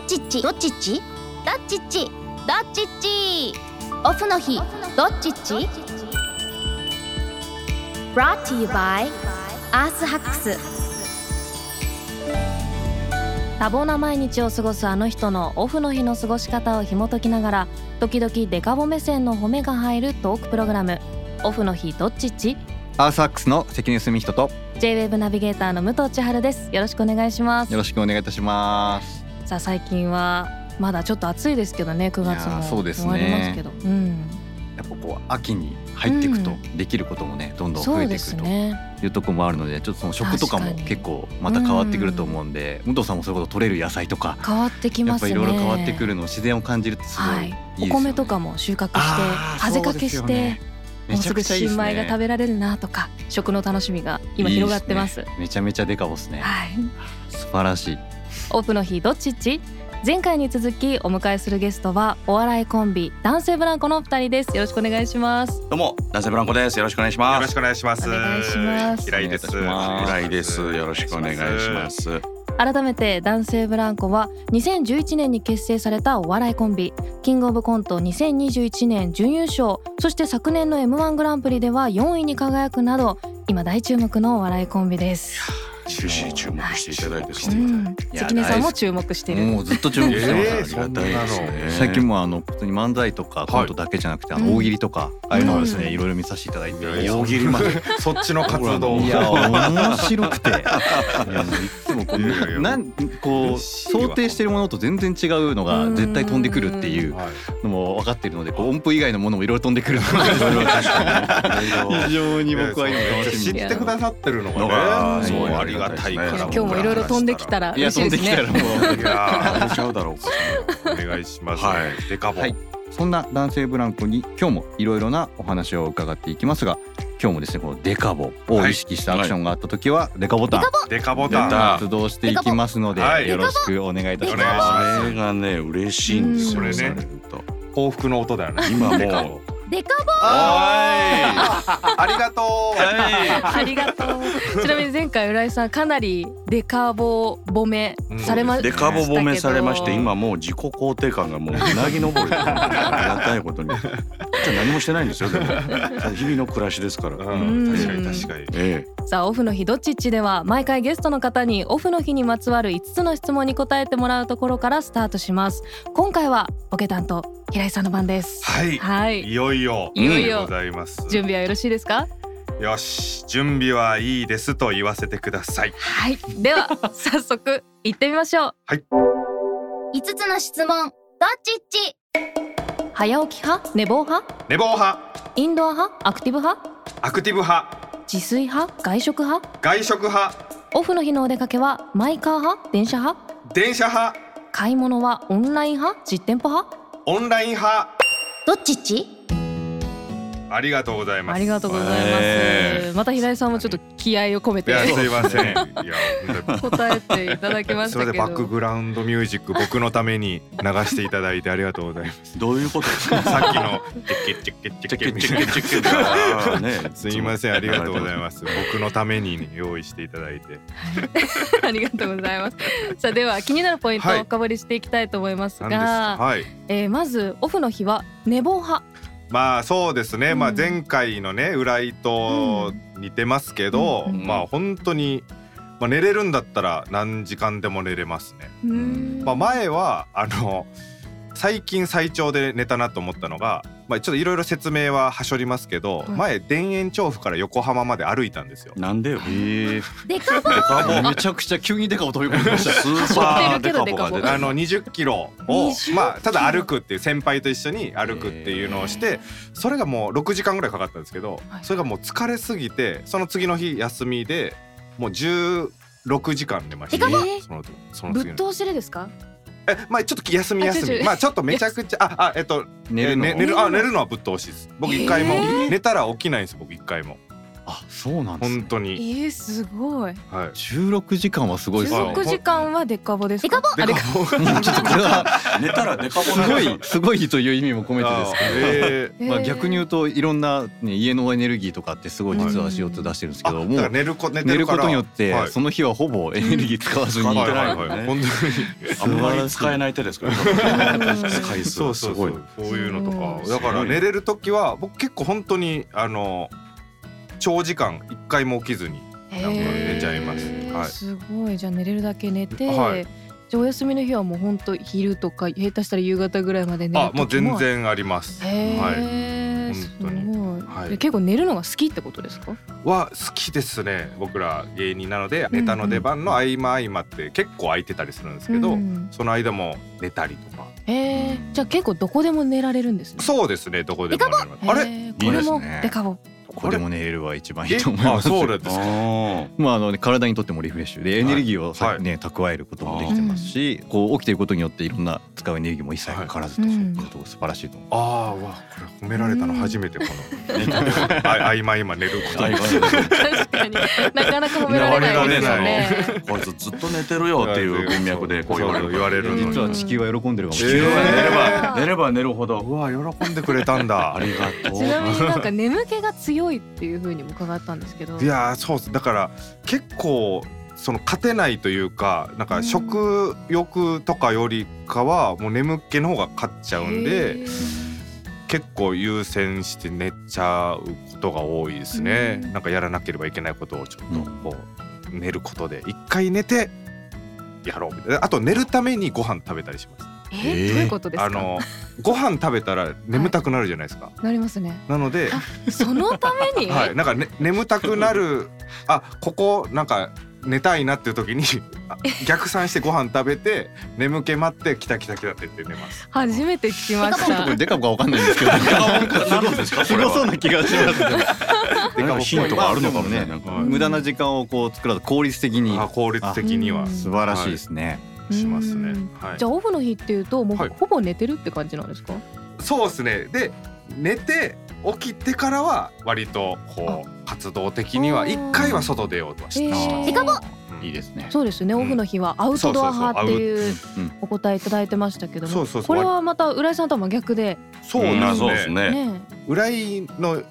っちっちどっちっちどっちっちどっちっちオフの日どっちっち Brought to you by アースハックス多忙な毎日を過ごすあの人のオフの日の過ごし方を紐解きながら時々デカボ目線の褒めが入るトークプログラムオフの日どっちっちアーサックスの関根澄人と J-WAVE ナビゲーターの武藤千春ですよろしくお願いしますよろしくお願いいたします。さあ最近はまだちょっと暑いですけどね9月いやもーそうです終ねわりますけどうんやっぱこう秋に入っていくとうできることもねどんどんそ増うえてでいくすとねいうところもあるのでちょっとその食とかも確かに結構また変わってくると思うんで武藤さんもそういうこと取れる野菜とか変わってきやまっすぱねいろいろ変わってくるの自然を感じるってすごはいいいいですよおね米とかも収穫してあー風かけそして、うですよねもめうちすゃぐくちゃいいで新す米が食ねべられるなとか食の楽しみが今広がってますいいでねめちゃめちゃデカボスねはい素晴らしいオフの日どっちっち前回に続きお迎えするゲストはお笑いコンビ男性ブランコのお二人ですよろしくお願いしますどうも、男性ブランコです。よろしくお願いしよまろしす。くお願いします。お願いします平井です。お願いします浦井です。よろしくお願いしま。す。改めて男性ブランコは2011年に結成されたお笑いコンビキングオブコント2021年準優勝そして昨年の m 1グランプリでは4位に輝くなど今大注目のお笑いコンビです、終始注目していただいて、うそのん、関根さんも注目しているもうずっと注目してます、えーありがたいですね。最近もあの普通に漫才とかコントだけじゃなくて、あの大喜利とか、ああいうのをですね、うんいろいろ見させていただいて、大喜利まで。そっちの活動。いや面白くていやもういつもこういやいやいやなんこう嬉しいわ想定してるものと全然違うのが絶対飛んでくるっていうはいのも分かってるのでこう音符以外のものもいろいろ飛んでくるので 非常に僕は今楽し知みっにてくださってるののががね、すごいありがたいから。いや今日もいろいろ飛んできたらいや嬉し飛いんでですきたねらもういややれちゃうだろうか。ーお願いします。はデカボ。はいそんな男性ブランコに今日もいろいろなお話を伺っていきますが今日もですねこのデカボを意識したアクションがあった時はデカボタンデカボデカボタン。タン発動していきますのではいよろしくお願いいたしお願いします。それがね、嬉しいんですよ。うんこれねそうなると幸福の音だよね。今もうデカボ。デカあーありがとう。ありがとう。ちなみに前回浦井さんかなりデカボ褒めされまうしんデカボ褒めされまして、したけど今もう自己肯定感がもううなぎ登りで。ありがたいことに。じゃ何もしてないんですよ。でも日々の暮らしですから。うん確かに確かに。ええ、さあオフの日どっちっちでは毎回ゲストの方にオフの日にまつわる5つの質問に答えてもらうところからスタートします。今回はボケ担当平井さんの番です。はいはい。いよいよ。いよいよございます。準備はよろしいですか。よし、準備はいいですと言わせてください。はい。では早速行ってみましょう。ボ5つの質問どっちっち早起き派、寝坊派、寝坊派、インドア派、アクティブ派、アクティブ派、自炊派、外食派、外食派、オフの日のお出かけはマイカー派、電車派。電車派、買い物はオンライン派実店舗派オンライン派。どっちっちありがとうございます。ありがとうございます、えまた平井さんもちょっと気合を込めいてや、すいません。いや、本当に答えていただきましすみたませけんバックどグラウンドミュージック僕のために流していただいてありがとうございますどういうことですか。さっきのチェッケチェッケチチェッェックケチチェェッックケチェックあーね。すいませんありがとうございす。ます僕のためにね用意していただいてありがとうございますさあでは気になるポイントをはい深掘りしていきたいと思いますが、何ですかはいえーまずオフの日は寝坊派まあそうですね、うんまあ前回のね浦井と似てますけど、うんまあ本当にまあ寝れるんだったら何時間でも寝れますねうーまあ、前はあの最近最長で寝たなと思ったのが、まあ、ちょっといろいろ説明ははしょりますけど、はい前田園調布から横浜まで歩いたんですよ。なんでよ。えデカボデカボー、めちゃくちゃ急にデカを飛び込みました。スーパーデカ知ってるけどボデカボが出あ たの20キロをまあただ歩くっていう先輩と一緒に歩くっていうのをしてそれがもう6時間ぐらいかかったんですけどはいそれがもう疲れすぎてその次の日休みでもう16時間寝ましたデカボそのそのぶ次っの日通しでですかえまあちょっと休みあちょ休ちょみまあちょっとめちゃくちゃああえっと寝るのえーね寝るあ寝るのはぶっ通しです僕一回も、えー寝たら起きないんです僕一回もあそうなんです、本ね、当に、えー、すごい。はい16時間はすごい十ですね16六時間はデカボですか。であデかカ ぼうん ちょっとこれは寝たらデカボすご いすごいという意味も込めてですけどえボ。まあ、逆に言うといろんな、ね、家のエネルギーとかってすごい実は CO2 出してるんですー、けあど、だもからう寝るこ寝て寝るるかこらとによって、はいその日はほぼエネルギー使わずに、うんはい寝てはないいはい、ね本当にあんまり使えない手ですから使いそうそうそすごいうこういうのとうんかだからすごい寝れる時は僕結構本当にあの長時間一回も起きずにへなんかー寝ちゃいますはいすごいじゃあ寝れるだけ寝て、はいじゃあお休みの日はもう本当昼とか下手したら夕方ぐらいまで寝るあ時もう全然ありますへはいえ、いすご本当い、はいで結構寝るのが好きってことですかは好きですね僕ら芸人なのでネタの出番の合間合間って結構空いてたりするんですけど、うんその間も寝たりとかへえじゃあ結構どこでも寝られるんですねそうですねどこでも寝ますへー あれこれいいもですねデカボここでも寝れるはい一番いえいと思いまあす。そうなんですかあ まああのね体にとってもリフレッシュでエネルギーをさ、はいね蓄えることもできてますし、こう起きてることによっていろんな使うエネルギーも一切かからずとはいういうことが素晴らしいと思う。あーうわこれ褒められたの初めてこの、あ合間合間寝ることに確かになかなか褒められないですよねーこいつずっと寝てるよって いう文脈でこう言われる言われるのに実は地球は喜んでるかもし地れ球はない。ね寝れば寝るほうどわ喜んでくれたん だありがとうちなみになんか眠気が強いっていうふうにも伺ったんですけどいやーそうっすだから結構その勝てないというかなんか食欲とかよりかはもう眠気の方が勝っちゃうんでへー結構優先して寝ちゃうことが多いですね、うんなんかやらなければいけないことをちょっうとんこう寝ることで一回寝てやろうみたいなあと寝るためにご飯食べたりしますえどういうことですかあのご飯食べたら眠たくなるじゃないですか、なりますねなのでそのために、 はい、なんか、ね、眠たくなるあここなんか寝たいなっていう時に あ逆算してご飯食べて眠気待ってきたきたきたって言って寝ます。初めて聞きましちょっとたこれデカボかわかんないんですけど、デなるんですか すこれごはそうな気がしますね。でなんかヒントがあるのかもまあねでなんか無駄な時間をこう作らず効率的にあ効率的にはあ素晴らしいですね。しますねうん。はいじゃあオフの日っていうともはういほぼ寝てるって感じなんですか、そうですね。で寝て起きてからは割とこう活動的にあはー一回は外出ようとはしてまへーす。あデカボうんいいですね。そうですねオフの日はアウトドア派っていううんうんお答えいただいてましたけどもそうそうそうこれはまた浦井さんとは真逆で、そううんなあんそうですで。ねね浦井の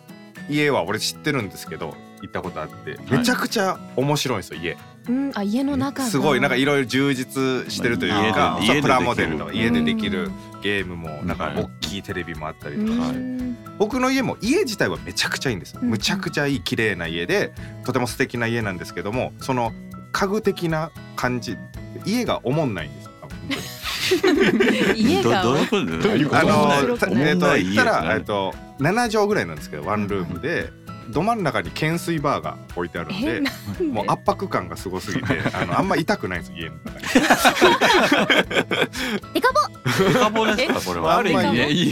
家は俺知ってるんですけど行ったことあってめちゃくちゃ面白いんですよ家。うん、あ家の中がすごいなんかいろいろ充実してるというかまあそう家でプラモデルとか家家ででででききるるゲームもなんかはい大きいテレビもあったりうとか、ん僕の家も家自体はめちゃくちゃいいんですようんむちゃくちゃいい綺麗な家でとても素敵な家なんですけどもその家具的な感じ家がおもんないんですよ多分家どがどういうことどういうことあの面白くたないえっと言ったらえっえと7畳ぐらいなんですけどワンルームでど真ん中に懸垂バーが置いてあるんえでなんでもう圧迫感がすごすぎてあのあんま痛くないんです家の中に。デカボですかこれはある意味ね、家に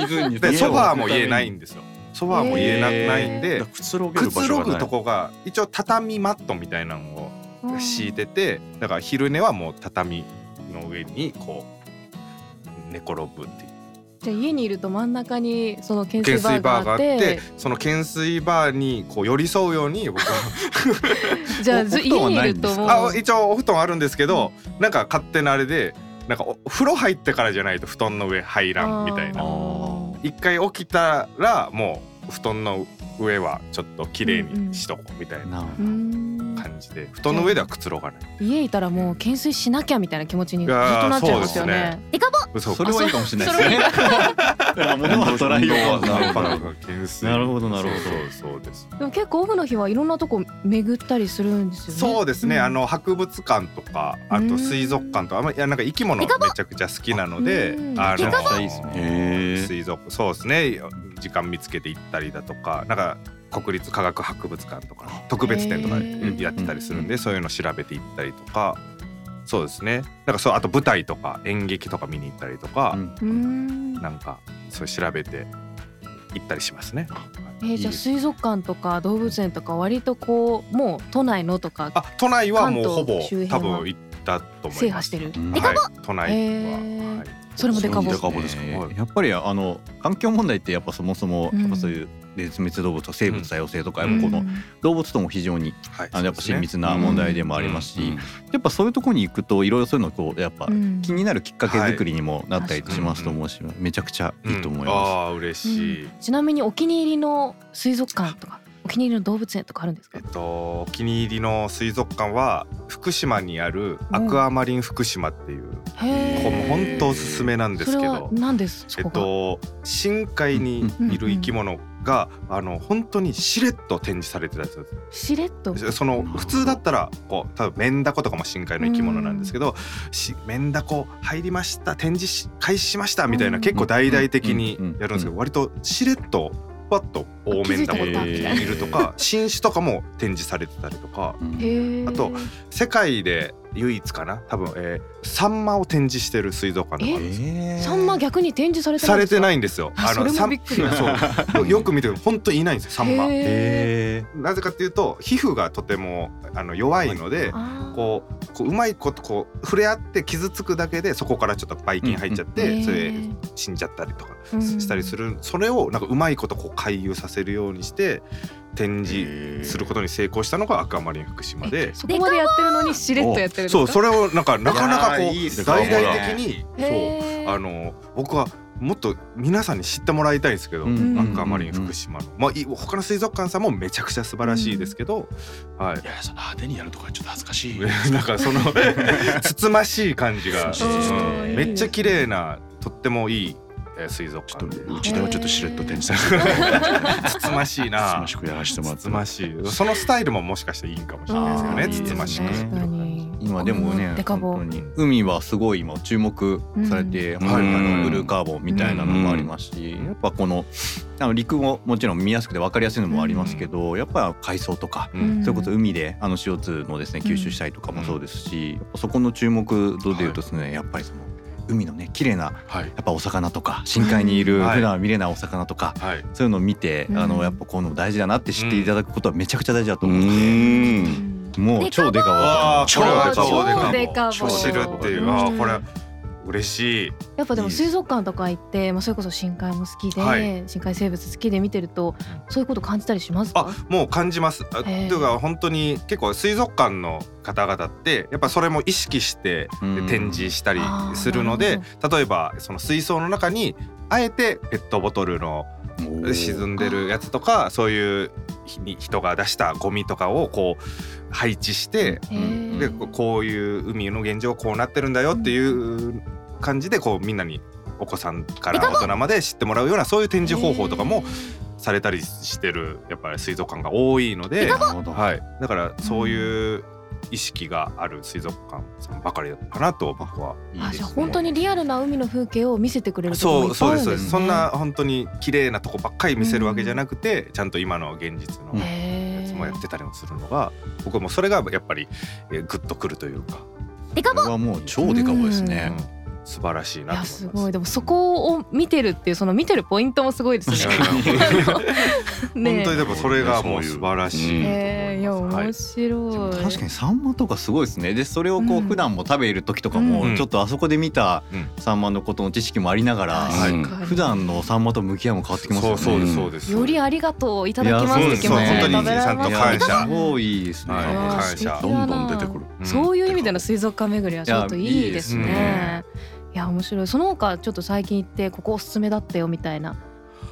家ずにで家をソファーも言えないんですよ。ソファーも言えな,、へーないんでくつろげくる場つ所ろがなぐいとこが一応畳マットみたいなのうんを敷いててだから昼寝はもう畳の上にこう寝転ぶっていうじゃあ家にいると真ん中にその懸垂懸バ垂ーがバーがああっっててその懸垂バーにこう寄り添うように僕はじゃあおずお布団家はにいないるんでとすもかうあ一応お布団あるんですけどなんか勝手なあれでなんかお風呂入ってからじゃないと布団の上入らんみたいなあ一回起きたらもう布団の上はちょっと綺麗にしとこうみたいな。なあーうん感じで布団の上ではくつろがない。家いたらもう懸垂しなきゃみたいな気持ちにずっとなっちゃいますよいやーね。嘘それはいいかもしれないですね。だから物は捉えような るほどなるほどなるほどそうそうです。でも結構オフの日はいろんなとこ巡ったりするんですよね。そうですね。んあの博物館とかあと水族館とかあんまいやなんか生き物めちゃくちゃ好きなのでうん、あデのカボいいですねへー水族そうですね。時間見つけて行ったりだとか、なんか国立科学博物館とか特別展とかへーやってたりするんうで、そういうの調べて行ったりとか。そうですね。なんかそうあと舞台とか演劇とか見に行ったりとか、うん。なんかそう調べて行ったりしますね。えーじゃあ水族館とか動物園とか割とこうもう都内のとかあ都内はもうほぼ関東周多辺は分行ったと思います。制覇してる。うんはい、都内へは、ーはいそれもデカボそういうデカボですかねやっぱりあの環境問題ってやっぱそもそもうんやっぱそういう絶滅動物とか生物多様性とか、うやんっぱこうのん動物とも非常にはいあのやっぱ親密なそうですね問題でもありますし、うんやっぱそういうところに行くといろいろそういうのこうやっぱうん気になるきっかけ作りにもなったりしますと思うし、めちゃくちゃいいと思いまああー嬉しい、ちなみにお気に入りの水族館とかお気に入りの動物園とかあるんですえかっとお気に入りの水族館は福島にあるアクアマリン福島っていう、へここもー本当おすすめなんですそけれはど何ですそえっこが、と深海にいる生き物が、あの本当にしれっと展示されてたんですよしれっとその普通だったらこう多分メンダコとかも深海の生き物なんですけど「しメンダコ入りました展示し開始しました」みたいなうん結構大々的にうんやるんですけど割としれっとパッと大メンダコ気づいたことあがるいるとか新種とかも展示されてたりとかす。うんへーあと世界で唯一かな多分、えーサンマを展示してる水族館とかあるんですよえーサンマ逆に展示されてされてないいんですよ。あそれサもびンっくりだそうよく見てる本当にいないんですよサンマ。へなぜかっていうと皮膚がとてもあの弱いのでーあーこうこううまいことこう触れ合って傷つくだけでそこからちょっとばい菌入っちゃって、へーそれで死んじゃったりとかうんしたりする、それをなんかうまいことこう回遊させるようにして展示することに成功したのがアクアマリン福島で。そこまでやってるのにしれっとやってるんですかそうそれをなんかなかなかこいやーいいですうね大々的にそうへーあの僕はもっと皆さんに知ってもらいたいんですけど、うんアクアマリン福島の、まあいい他の水族館さんもめちゃくちゃ素晴らしいですけど、はいいやその派手にやるとかちょっと恥ずかしい。 なんかそのつつましい感じうが、んうんめっちゃ綺麗なとってもいいえー水族ちょ館っでとうちではちょっとしれっと展示させてつつましいつつなましくやらせてもらつっつてましいそのスタイルももしかしていいんかもしれないですよねあーいいつですつねましく確かに今でもこねのデカ本ボ当に海はすごい今注目されて、ん本当にあはいのブルーカーボンみたいなのもありますし、やっぱこのあの陸ももちろん見やすくて分かりやすいのもありますけど、やっぱ海藻とか、うんそれこそ海であの CO2 のですねうん吸収したりとかもそうですし、そこの注目度でいうとですね、やっぱりその海のね綺麗なはいやっぱお魚とか深海にいるはい普段は見れないお魚とか、はいそういうのを見て、うんあのやっぱこういうのも大事だなって知っていただくことはめちゃくちゃ大事だと思ううので、ーんもう超デカボあーこれは超デカボ超知るっていううんあーこれ嬉しいやっぱでも水族館とか行って、まあ、それこそ深海も好きで、はい深海生物好きで見てるとそういうこと感じたりしますかあもう感じますあとへーいうか本当に結構水族館の方々ってやっぱそれも意識してうんで展示したりあーするのなでる例えばその水槽の中にあえてペットボトルのおー沈んでるやつとかそういう日に人が出したゴミとかをこう配置してへーでここういう海の現状こうなってるんだよっていう感じでこうみんなにお子さんから大人まで知ってもらうようなそういう展示方法とかもされたりしてるやっぱり水族館が多いので、なるほどはい、だからそういう意識がある水族館さんばかりだったかなと僕は。あじゃあ本当にリアルな海の風景を見せてくれるとこそもいうっぱいそあうでるすんそでねうですすそんな本当に綺麗なとこばっかり見せるわけじゃなくて、ちゃんと今の現実のやへつーもやってたりもするのが、僕はもうそれがやっぱりえーグッとくるというか、デカこれはもう超デカボですね。うん素晴らしいいなやとす思ごいいまでもそこを見てるっていうその見てるポイントもすごいですす。ね。いやいや本当 にね本当にでもそれがもう素晴らしいと思います。えー、いや面白い。確かにサンマとかすごいですねでそれをこううん普段も食べいる時とかも、うんちょっとあそこで見たうんサンマのことの知識もありながら、はい確かに普段のサンマと向き合いも変わってきますよそうねそうですそうです。よりありがとういたいだやきまそうすでって気す持ちねで食べら本当にれますちゃんすと感謝ごいいいですね、はいやー感謝素ど敵どだなんどん出てくうる。んそういう意味での水族館巡りはちょっといやいいいいでですすねね。いや面白い。その他ちょっと最近行ってここおすすめだったよみたいな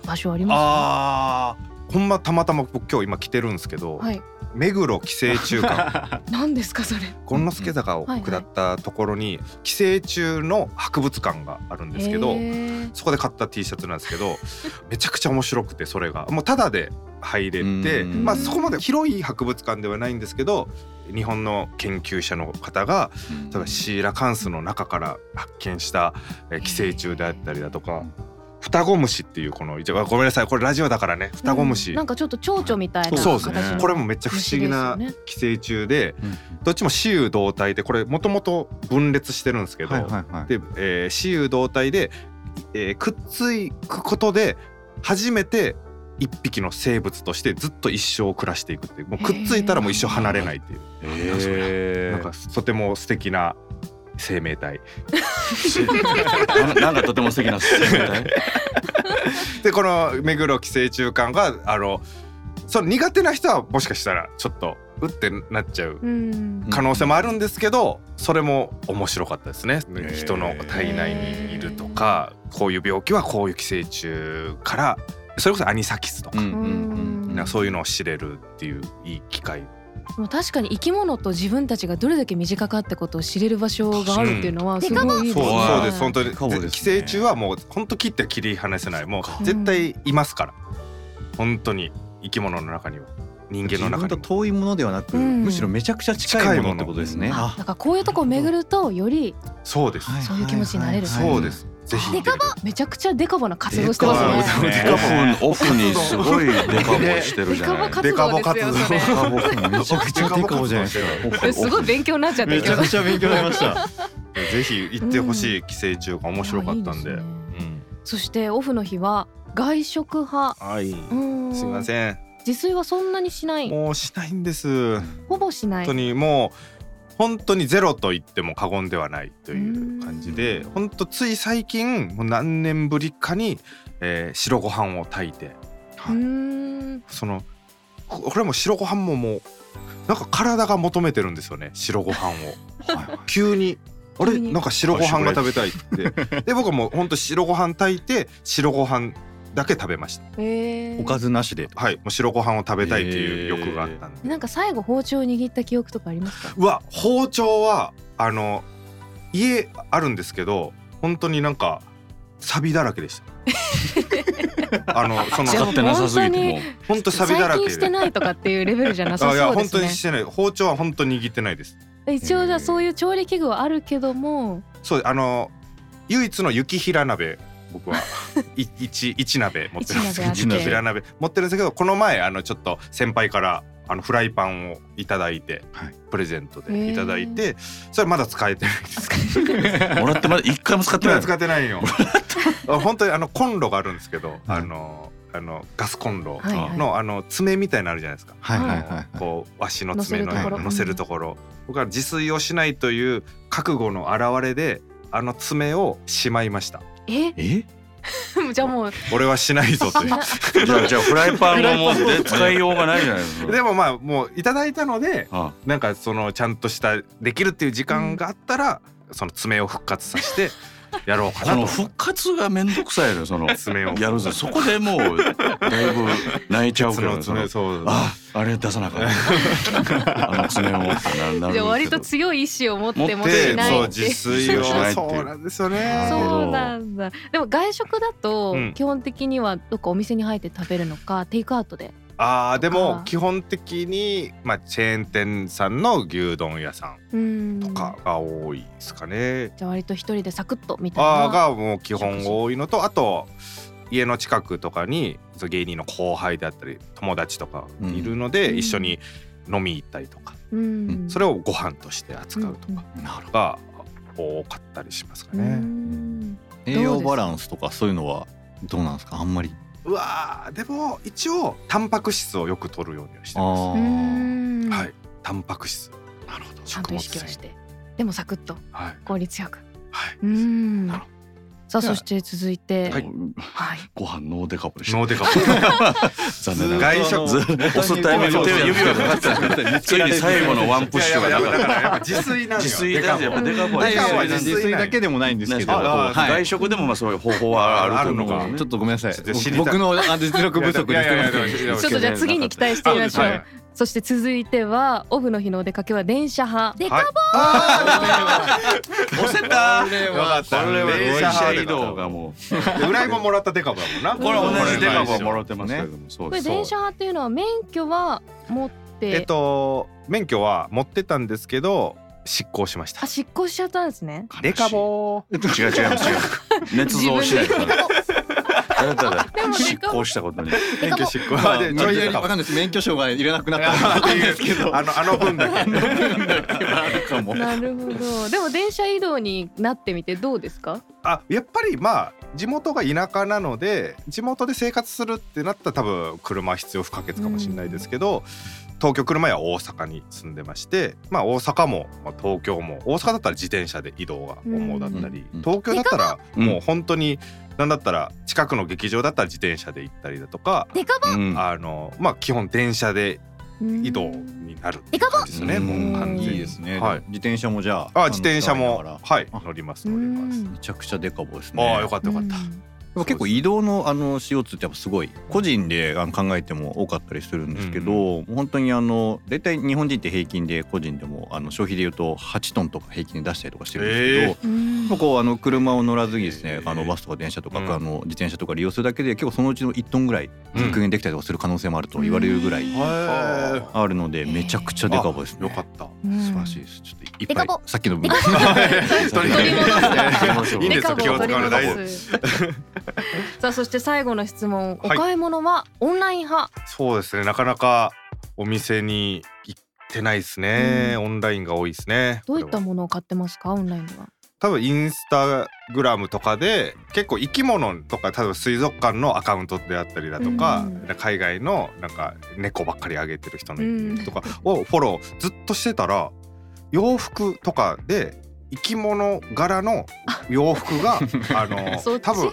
場所ありまああ、ほんまたまたま僕今日今来てるんですけど、すか。はい。目黒寄生虫館、何ですかそれ。権之助坂を下ったところに寄生虫の博物館があるんですけどへ、ーそこで買った T シャツなんですけど、めちゃくちゃ面白くてそれがもうタダで入れて、うんまあそこまで広い博物館ではないんですけど。日本の研究者の方がうん例えばシーラカンスの中から発見したえー寄生虫であったりだとかフタゴムシっていうこの一応ごめんなさいこれラジオだからねフタゴムシなんかちょっと蝶々みたいな形そうの。ですねこれもめっちゃ不思議な虫です寄生虫でうんどっちも雌雄同体でこれもともと分裂してるんですけど、はいはいはいで、えー雌雄同体で、えーくっつくことで初めて一匹の生物としてずっと一生暮らしていくっていうもうくっついたらもう一生離れないっていう、えなんかとても素敵な生命体 なんかとても素敵な。でこの目黒寄生虫館があのその苦手な人はもしかしたらちょっとうってなっちゃううん可能性もあるんですけどそれも面白かったですねー人の体内にいるとかこういう病気はこういう寄生虫からそれこそアニサキスとか,、うんうんうんなんかそういうのを知れるっていういい機会もう確かに生き物と自分たちがどれだけ身近かってことを知れる場所があるっていうのはす確ごかにいいいですそうね。そうです本当にデカボですね寄生虫はもう本当切って切り離せないもう絶対いますから本当に生き物の中には人間の自中分にとも遠いものではなく、うんむしろめちゃくちゃ近いものってことですね。近いもあだからこういうとこ巡るとよりそうです、そういう気持ちになれるそうで。 すぜひデカボめちゃくちゃデカボな活動してますね。デデカボンオフにすごいデカボしてるデじカゃなボい。活動ですよデカボ活動それデカボめちゃくちゃデカボじゃないですか。 えすごい勉強になっちゃっためけちゃどく。ちゃ勉強になりました。ぜひ行ってほしい寄生虫が面白かったんで。あいいですねうんそしてオフの日は外食派。はい。すすいまん。せん。自炊はそんなにしない。もうしないんです。本ほぼしない当。にもう本当にゼロと言っても過言ではないという感じで、本当つい最近もう何年ぶりかに、えー白ご飯を炊いて、うーん。そのここれも白ご飯ももうなんか体が求めてるんですよね。白ご飯を。急に。あれ急になんか白ご飯が食べた いってで僕はもう本当白ご飯炊いて白ご飯だけ食べましたええ。おかずなしで。はい、もう白ご飯を食べたいっていう欲があったんで、なんか最後包丁を握った記憶とかありますか。うわ包丁はあの家あるんですけど本当になんかサビだらけでし たあのそのじゃあ使ってなさすぎてももう本当サビだ最らけ近でしてないとかっていうレベルじゃなさ あいやそうで本す当にねしてない包丁は本当に握ってないです。一応じゃあそういう調理器具はあるけども。そうあの唯一の雪平鍋 僕はい一一鍋持ってるんですけど一鍋あって雪平鍋持ってるんですけどこの前あのちょっと先輩からあのフライパンをいただいて、プレゼントでいただいてそれまだ使えてないんですけどもらってまだ一回も使ってまなだい。使ってない よあ本当にあのコンロがあるんですけど、あのあのガスコンロはいはい。のあの爪みたいなのあるじゃないですか、はいはいはいはい。こうわしの爪の乗せるところ乗せるところ僕は自炊をしないという覚悟の表れであの爪をしまいましたえ え？じゃあもう俺はしないぞ といなじゃあじゃあフライパンももう使いようがないじゃないですうか。でもまあもういただいたのであなんかそのちゃんとしたできるっていう時間があったら、その爪を復活させてやろうかこなのと復活がめんどくさいのよその爪をやるぞそこでもうだいぶ泣いちゃうそけどのその爪そうああれ出さなかったあの爪を持ってななるじゃあ割とけ強い意志を持っ持ってて持っていなそういっ自て。炊をしないっていうそうなんですよなねるほどそうなんだ。でも外食だとうん基本的にはどっかお店に入って食べるのかテイクアウトで。あーであもー基本的に、まあ、チェーン店さんの牛丼屋さうんん。とかが多いですかね、じゃあ割と一人でサクッとみたいあーな。がもう基本多いのとあと家の近くとかにそう芸人の後輩だったり友達とかいるので、うん一緒に飲み行ったりとか、うん。それをご飯として扱うととか。なるほど。か多かったりしますかうね。ん。栄養バランスとかそういうのはどうなんですか？あんまり。うわーでも一応タンパク質をよく取るようにはしてまあうあ。んす。はい、タンパク質なるほどちゃんと意識を食物し繊維て。でもサクッとはい効率よく。はい。うんなるほ。さあそして続いて、はいはい。ご飯ノーデカボでしたノーデカッ残念ながら外食ず押すタイミングで指がかかって たんだけどついに最後のワンププッシュがなかだかっらたやっぱ自炊なのよ。自炊だしやっぱデカボはデカボは自炊自炊だけでもないんですけど、ああはい外食でもまあそういう方法はあると思うあるのちょっとごめんなさいちょっと知りたい僕のあ実力不足でしてますけどいやいやいやいやいやちょっとじゃあ次に期待してみましょう。はいそして続いてはオフの日のお出かけは電車派。デはいカあ押せたーよかったこれは電電車派車だ移から動がもうで裏ももらったデカボだもんな。これは同じデカこボれもらってますけれどもそこうでれす電車派っていうのは免許は持って、えっと免許は持ってたんですけど失効しましたあ。執行しちゃったんですね。デカボ違う違う違う 捏造しないからただただでも執行したことにデカボ執行まああでまちょあいいやデわかんカボないです免許証がいらなくなったあんーですけどあの あの分だけ。あるか もなるほど。でも電車移動になってみてどうですか？あやっぱりまあ地元が田舎なので地元で生活するってなったら多分車は必要不可欠かもしれないですけど、東京来る前は大阪に住んでまして、まあ、大阪も、まあ、東京も大阪だったら自転車で移動が主だったり、うん東京だったらうんもう本当に何だったら近くの劇場だったら自転車で行ったりだとか、デカボうんあのまあ、基本電車で移動になるっていう感じですね、うんもう完全いいにですね。はい自転車もじゃあ。あ自転車あのもはいあ乗ります乗りますめちゃくちゃデカボですね。ああよかったよかった、でも結構移動のあの CO2 ってやっぱすごい個人であの考えても多かったりするんですけど、うんもう本当にあの大体日本人って平均で個人でもあの消費でいうと8トンとか平均で出したりとかしてるんですけど、もうこうあの車を乗らずにですね、へーあのバスとか電車とか、うんあの自転車とか利用するだけで結構そのうちの1トンぐらい削減できたりとかする可能性もあると言われるぐらい。へーあるのでめちゃくちゃデカボですね。よかった素晴らしいです。ちょっといデっぱカいボさっきの分。取り戻 すいいんデですカよボ気を取使りわない大丈戻 すさあそして最後の質問おはい買い物はオンライン派そうですねなかなかお店に行ってないですね、オンラインが多いですねどういっこれたはものを買ってますかオンラインでは多分インスタグラムとかで結構生き物とか例えば水族館のアカウントであったりだとか、うん海外のなんか猫ばっかりあげてる人うのんとかをフォローずっとしてたら洋服とかで生き物柄の洋服があそっのち多分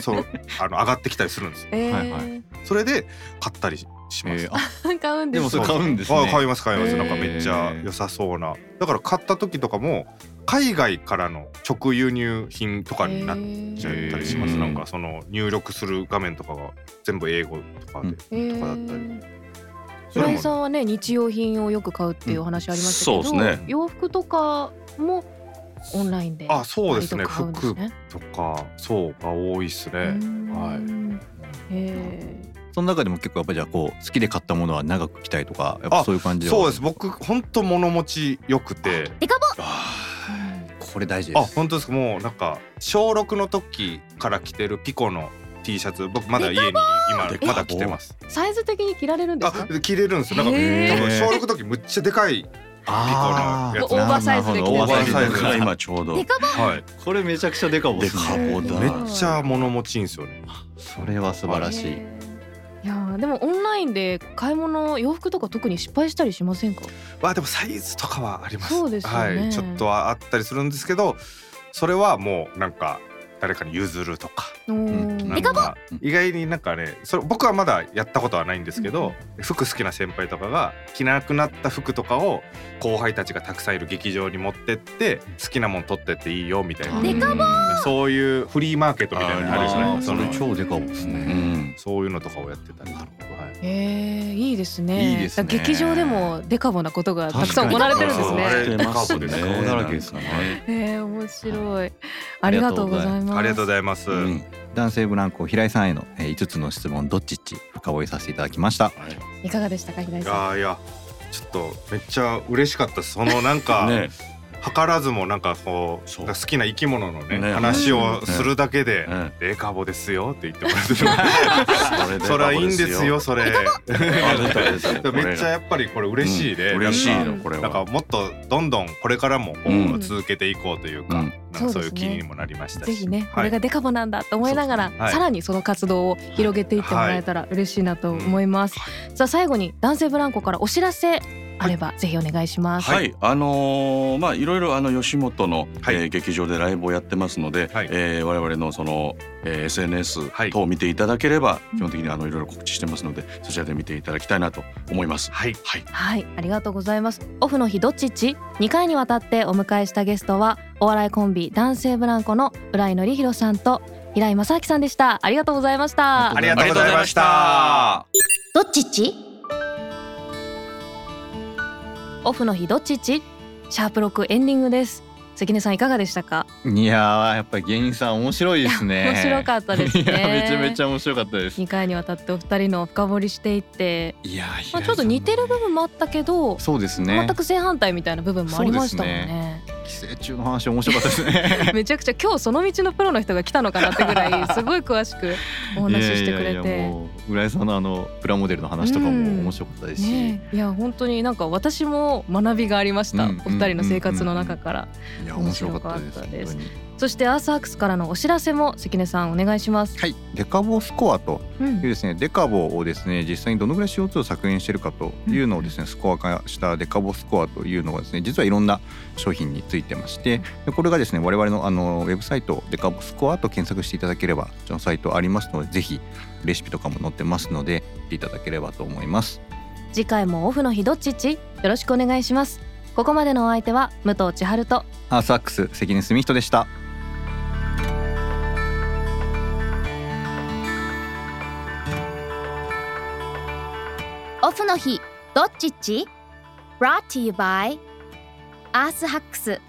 そうあの上がってきたりするんですよ。えはいはーそれで買ったりしますえー。あ買うんででもすそれ買うんですね。あ買います買います、へーなんかめっちゃ良さそうなだから買った時とかも海外からの直輸入品とかになっちゃったりしまへすーなんかその入力する画面とかが全部英語とかで、えとかだったりーそれ浦も井さんはね日用品をよく買うっていうお話ありましたうんけそど、うですね洋服とかもオンラインであそうですね割と買うんです服ねとかそうが多いっすうね、んはいえその中でも結構やっぱりじゃあこう好きで買ったものは長く着たいとかやっぱそういう感じではそうです僕ほんと物持ち良くてデカボこれ大事あです。本当ですかもうなんか小6の時から着てるピコの T シャツ僕まだ家に今まだ着てますーサイズ的に着られるんですかあ着れるんですよなんかへー多分小6の時むっちゃでかいあピコのやオつーバーサイズで着てるなるほどオーバーサイオーバーサイズズがが今ちょうどデカボはい、これめちゃくちゃデカボですねデカボだめっちゃ物持ちいいんですよね。それは素晴らしい。えーいやーでもオンラインで買い物洋服とか特に失敗したりしませんかまあでもサイズとかはあります。そうですよねはい、ちょっとはあったりするんですけど、それはもうなんか誰かに譲るとか、おーなんか意外になんかね、それ僕はまだやったことはないんですけど、服好きな先輩とかが着なくなった服とかを後輩たちがたくさんいる劇場に持ってって好きなもん取ってっていいよみたいな、デカボそういうフリーマーケットみたいなのあるじゃないあーですそかれそ超の。デカボですうね。んそういうのとかをやってたり。なるほど。はい。えーいいですねいいですねだから劇場でもデカボなことがたくさん行われてるんです確かねに出ますねデカボですね顔だらけですからねえー面白いありがとうございますありがとうございます。うん男性ブランコ平井さんへのえー5つの質問どっちっち深追いさせていただきました。いかがでしたか平井いさんやいやちょっとめっちゃ嬉しかったですそのなん か、ね図らずもなんかこうそう好きな生き物のねね話をするだけでね「デカボですよ」って言ってもらってるそそれれはいいいいんんでですすよよそれ あ出た出ためっちゃやっぱりこれ嬉しいね、うん嬉しいなんかのこれなんはかもっとどんどんこれからもこううん続けていこうというか,、うんなんかそういう気そうですねにもなりましたしぜひね、はいこれがデカボなんだと思いながら、そうですねはいさらにその活動を広げていってもらえたら嬉しいなと思います、さあ最後に男性ブランコからお知らせあればぜひお願いします、はい、あのーまあいろいろあの吉本の、はいえー劇場でライブをやってますので、はいえー我々のその、えー SNS はい等を見ていただければ、基本的にあのいろいろ告知してますのでそちらで見ていただきたいなと思います。はいはい、はい、ありがとうございます。オフの日どっちっち2回にわたってお迎えしたゲストはお笑いコンビ男性ブランコの浦井紀弘さんと平井正明さんでした。ありがとうございましたあ。りがとうございました。どっちっちオフの日どっちっちシャープ6エンディングです。関根さんいかがでしたか。いやーやっぱり芸人さん面白いですね。面白かったですね いやめちゃめちゃ面白かったです。 2回にわたってお二人の深掘りしていって、いやーまあ、ちょっと似てる部分もあったけど、そうですね全。く正反対みたいな部分もありましたもんね。寄生虫の話面白かったですね。 めちゃくちゃ今日その道のプロの人が来たのかなってぐらいすごい詳しくお話ししてくれて。いやいやいやもう浦井さんのあのプラモデルの話とかも面白かったですし、ねえ、いや本当になんか私も学びがありました、うんお二人の生活の中から、いや面面白白かかっったたでですす。そしてアースアークスからのお知らせも関根さんお願いします。はい、デカボスコアとういうんですねデカボをですね実際にどのぐらい CO2 を削減してるかというのをですねスコア化したデカボスコアというのがですね実はいろんな商品についてましてでこれがですね我々のあのウェブサイトデカボスコアと検索していただければそちらのサイトありますのでぜひレシピとかも載ってますので見ていただければと思います次回もオフの日どっちっちよろしくお願いします。ここまでのお相手は武藤千春とアースアックス関根澄人でしたオフの日どっちっち Brought to you by アースハックス